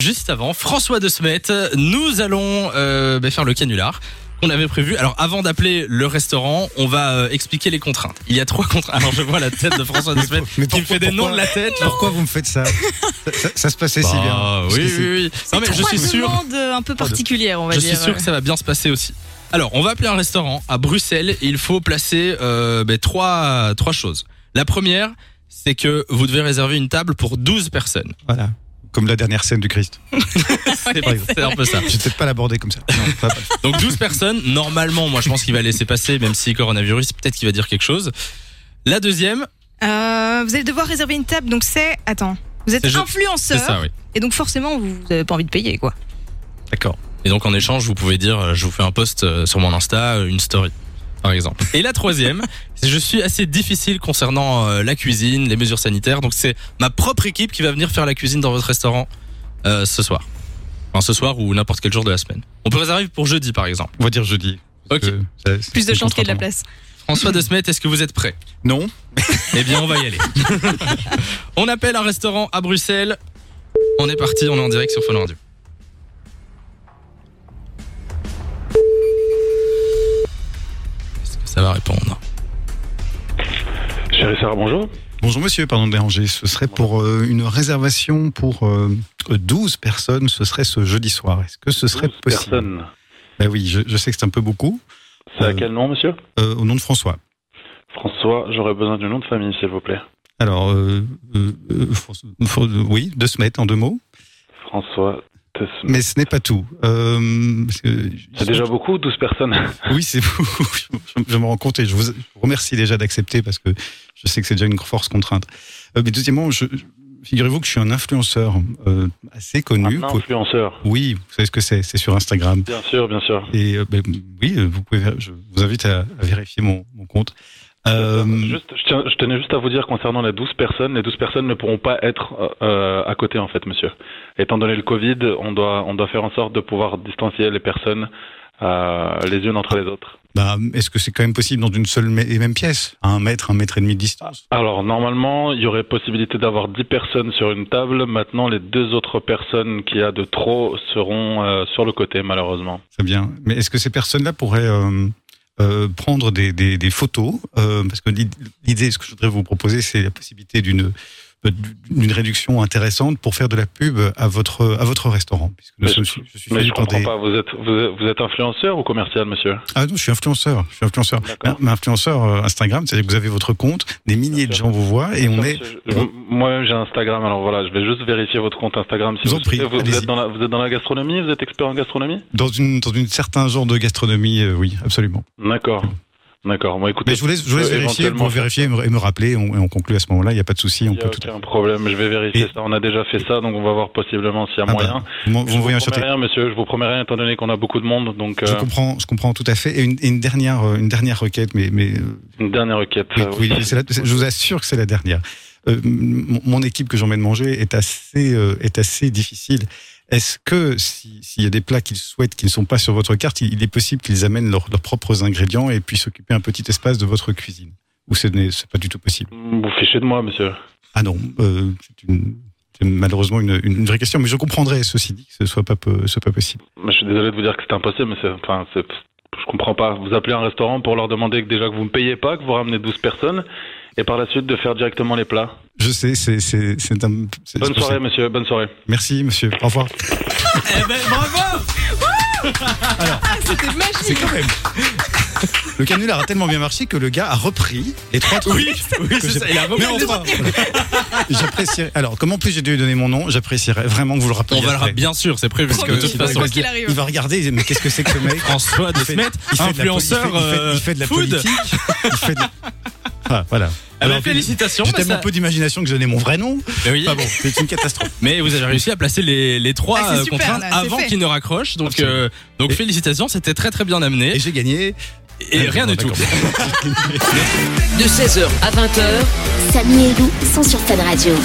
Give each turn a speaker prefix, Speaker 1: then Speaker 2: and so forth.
Speaker 1: Juste avant, François de Smet, nous allons euh, bah, faire le canular qu'on avait prévu. Alors avant d'appeler le restaurant, on va euh, expliquer les contraintes. Il y a trois contraintes. Alors je vois la tête de François de Smet
Speaker 2: Mais
Speaker 1: qui me fait des noms de la tête.
Speaker 2: Pourquoi vous me faites ça ça, ça- ça se passait si bien.
Speaker 1: Ah, oui, oui,
Speaker 2: Jusqu'ici.
Speaker 1: oui. Non mais je suis sûr,
Speaker 3: demande euh, un peu particulière, on va
Speaker 1: je
Speaker 3: dire.
Speaker 1: suis sûr que ça va euh. bien se passer aussi. Alors on va appeler un restaurant à Bruxelles et il faut placer euh, bah, trois trois choses. La première, c'est que vous devez réserver une table pour 12 personnes.
Speaker 2: Voilà. Comme la dernière scène du Christ.
Speaker 1: C'est
Speaker 2: Ouais,
Speaker 1: c'est un peu ça.
Speaker 2: Je vais peut-être pas l'aborder comme ça. Non, ça va pas.
Speaker 1: Donc 12 personnes, normalement, moi je pense qu'il va laisser passer, même si coronavirus, peut-être qu'il va dire quelque chose. La deuxième,
Speaker 3: Euh, vous allez devoir réserver une table, donc c'est. Attends. Vous êtes
Speaker 1: C'est je- c'est
Speaker 3: influenceur,
Speaker 1: ça, oui.
Speaker 3: et donc forcément, vous n'avez pas envie de payer, quoi.
Speaker 2: D'accord.
Speaker 1: Et donc en échange, vous pouvez dire, euh, je vous fais un post euh, sur mon Insta, euh, une story, par exemple. Et la troisième, c'est je suis assez difficile concernant euh, la cuisine, les mesures sanitaires, donc c'est ma propre équipe qui va venir faire la cuisine dans votre restaurant euh, ce soir. Enfin, ce soir ou n'importe quel jour de la semaine. On peut réserver pour jeudi, par exemple.
Speaker 2: On va dire jeudi.
Speaker 1: Ok.
Speaker 2: Euh, ça- c'est-
Speaker 3: Plus de
Speaker 2: c'est
Speaker 3: chance qu'il y ait de la
Speaker 2: contre-temps.
Speaker 3: place.
Speaker 1: François de Smet, est-ce que vous êtes prêt
Speaker 2: Non.
Speaker 1: Eh bien, on va y aller. on appelle un restaurant à Bruxelles. On est parti, on est en direct sur Fun Radio. Est-ce que ça va répondre
Speaker 4: Chérie Sarah, bonjour.
Speaker 2: Bonjour monsieur, pardon de déranger. Ce serait pour euh, une réservation pour euh, 12 personnes. Ce serait ce jeudi soir. Est-ce que ce serait
Speaker 4: 12
Speaker 2: possible
Speaker 4: personnes.
Speaker 2: Bah oui, je, je sais que c'est un peu beaucoup.
Speaker 4: C'est
Speaker 2: Euh,
Speaker 4: à quel nom, monsieur
Speaker 2: Euh, au nom de François.
Speaker 4: François, j'aurais besoin du nom de famille, s'il vous plaît.
Speaker 2: Alors, euh, euh, euh, François- Fr- oui, de se mettre en deux mots.
Speaker 4: François Tesson.
Speaker 2: Mais ce n'est pas tout. Euh, parce que-
Speaker 4: C'est Ah, déjà beaucoup, 12 personnes.
Speaker 2: Oui, c'est vous. Je, je me rends compte et je vous je vous remercie déjà d'accepter parce que je sais que c'est déjà une force contrainte. Euh, mais deuxièmement, je- figurez-vous que je suis un influenceur euh, assez connu.
Speaker 4: Un
Speaker 2: Vous pouvez-
Speaker 4: influenceur.
Speaker 2: oui, vous savez ce que c'est, c'est sur Instagram.
Speaker 4: Bien sûr, bien sûr.
Speaker 2: Et euh, ben, oui, euh, vous pouvez, ver- je vous invite à, à vérifier mon, mon compte. Euh,
Speaker 4: Juste, je, tiens- je tenais juste à vous dire concernant les 12 personnes, les 12 personnes ne pourront pas être euh, euh, à côté, en fait, monsieur. Étant donné le Covid, on doit, on doit faire en sorte de pouvoir distancier les personnes euh, les unes entre les autres.
Speaker 2: bah, Est-ce que c'est quand même possible dans une seule ma- et même pièce, à un mètre, un mètre et demi de distance
Speaker 4: Alors, normalement, il y aurait possibilité d'avoir 10 personnes sur une table. Maintenant, les deux autres personnes qu'il y a de trop seront euh, sur le côté, malheureusement.
Speaker 2: Très bien. Mais est-ce que ces personnes-là pourraient euh, euh, prendre des, des- des photos Euh, Parce que l'id- l'idée, ce que je voudrais vous proposer, c'est la possibilité d'une euh, d'une réduction intéressante pour faire de la pub à votre à votre restaurant puisque nous
Speaker 4: Mais
Speaker 2: sommes-
Speaker 4: je-
Speaker 2: je suis
Speaker 4: Mais
Speaker 2: suivi
Speaker 4: je
Speaker 2: par
Speaker 4: comprends
Speaker 2: des-
Speaker 4: pas, vous êtes, vous êtes, vous êtes influenceur ou commercial, monsieur
Speaker 2: ah non je suis influenceur je suis influenceur
Speaker 4: D'accord.
Speaker 2: Mais- mais influenceur euh, Instagram c'est-à-dire que vous avez votre compte des milliers de
Speaker 4: Bien sûr.
Speaker 2: gens vous voient et on est
Speaker 4: Je- je- Moi-même, j'ai Instagram, alors voilà, je vais juste vérifier votre compte Instagram. Si
Speaker 2: Vous en
Speaker 4: vous,
Speaker 2: prie,
Speaker 4: souhaitez. vous, vous
Speaker 2: allez-y.
Speaker 4: êtes dans la, vous êtes dans la gastronomie Vous êtes expert en gastronomie
Speaker 2: dans une dans une certain genre de gastronomie euh, oui absolument
Speaker 4: D'accord. D'accord. Bon, écoutez,
Speaker 2: mais je vous laisse je vous laisse
Speaker 4: Euh,
Speaker 2: vérifier
Speaker 4: éventuellement.
Speaker 2: pour vérifier et me, et me rappeler on, et on conclut à ce moment-là il n'y a pas de souci on
Speaker 4: il n'y a
Speaker 2: peut tout à
Speaker 4: aucun problème. Je vais vérifier
Speaker 2: Et-
Speaker 4: ça. On a déjà fait ça, donc on va voir possiblement s'il y a
Speaker 2: Ah bah,
Speaker 4: moyen.
Speaker 2: vous m'en-
Speaker 4: Je
Speaker 2: vous m'envoyez un
Speaker 4: vous
Speaker 2: chat
Speaker 4: promets rien, monsieur. Je vous promets rien, étant donné qu'on a beaucoup de monde. Donc,
Speaker 2: Je
Speaker 4: euh,
Speaker 2: comprends, je comprends tout à fait. Et une, et une dernière, euh, une dernière requête, mais, mais euh,
Speaker 4: Une dernière requête.
Speaker 2: oui,
Speaker 4: euh,
Speaker 2: oui, c'est la- c'est- je vous assure que c'est la dernière. Euh, mon mon équipe que j'emmène manger est assez, euh, est assez difficile. Est-ce que si- s'il y a des plats qu'ils souhaitent qui ne sont pas sur votre carte, il, il est possible qu'ils amènent leurs, leurs propres ingrédients et puissent occuper un petit espace de votre cuisine Ou ce n'est c'est pas du tout possible
Speaker 4: Vous fichez de moi, monsieur.
Speaker 2: Ah non, euh, c'est une- c'est malheureusement une, une- une vraie question, mais je comprendrais ceci dit que ce soit pas, peu- ce soit pas possible.
Speaker 4: Mais Je suis désolé de vous dire que c'est impossible, mais c'est, enfin, c'est, je comprends pas. Vous appelez un restaurant pour leur demander que déjà que vous ne payez pas, que vous ramenez 12 personnes, et par la suite de faire directement les plats.
Speaker 2: Je sais, c'est c'est- c'est un. c'est-
Speaker 4: Bonne
Speaker 2: c'est-
Speaker 4: soirée, monsieur. Bonne soirée.
Speaker 2: Merci, monsieur. Au revoir.
Speaker 1: Eh ben bravo
Speaker 3: Ah, c'était
Speaker 2: C'est
Speaker 3: magique
Speaker 2: quand même. Le canular a tellement bien marché que le gars a repris les trois trucs.
Speaker 1: Oui, oui
Speaker 2: que
Speaker 1: c'est
Speaker 2: j'ai-
Speaker 1: ça, il a
Speaker 2: Mais
Speaker 1: vraiment dit-
Speaker 2: enfin, j'apprécierais. Alors, comme en plus j'ai dû lui donner mon nom, j'apprécierais vraiment que vous le
Speaker 1: On
Speaker 2: rappeliez.
Speaker 1: va le
Speaker 2: après.
Speaker 1: rappeler, bien sûr, c'est prévu.
Speaker 2: Parce que de
Speaker 3: Promis,
Speaker 2: toute façon,
Speaker 3: quoi qu'il arrive.
Speaker 2: il va regarder. il va dire, Mais qu'est-ce que c'est que ce mec
Speaker 1: François de
Speaker 2: Il fait-
Speaker 1: Smet,
Speaker 2: il fait de la po-
Speaker 1: influenceur
Speaker 2: il fait- il fait- il fait de la
Speaker 1: euh, food.
Speaker 2: politique. Il fait de... Ah, voilà.
Speaker 1: Eh ben,
Speaker 2: Alors,
Speaker 1: félicitations,
Speaker 2: J'ai
Speaker 1: bah,
Speaker 2: tellement
Speaker 1: ça-
Speaker 2: peu d'imagination que je donnais mon vrai nom.
Speaker 1: Mais oui.
Speaker 2: Pas bon, c'est une catastrophe.
Speaker 1: Mais vous avez réussi à placer les, les trois
Speaker 3: Ah, c'est
Speaker 1: euh,
Speaker 3: super,
Speaker 1: contraintes
Speaker 3: là, c'est
Speaker 1: avant
Speaker 3: fait.
Speaker 1: qu'ils ne raccrochent. Donc,
Speaker 2: Absolument.
Speaker 1: euh, donc
Speaker 2: Et-
Speaker 1: félicitations, c'était très très bien amené.
Speaker 2: Et Ah, j'ai gagné.
Speaker 1: Et, rien du tout.
Speaker 5: de 16h à 20h.
Speaker 6: Samy et Lou sont sur Fan Radio.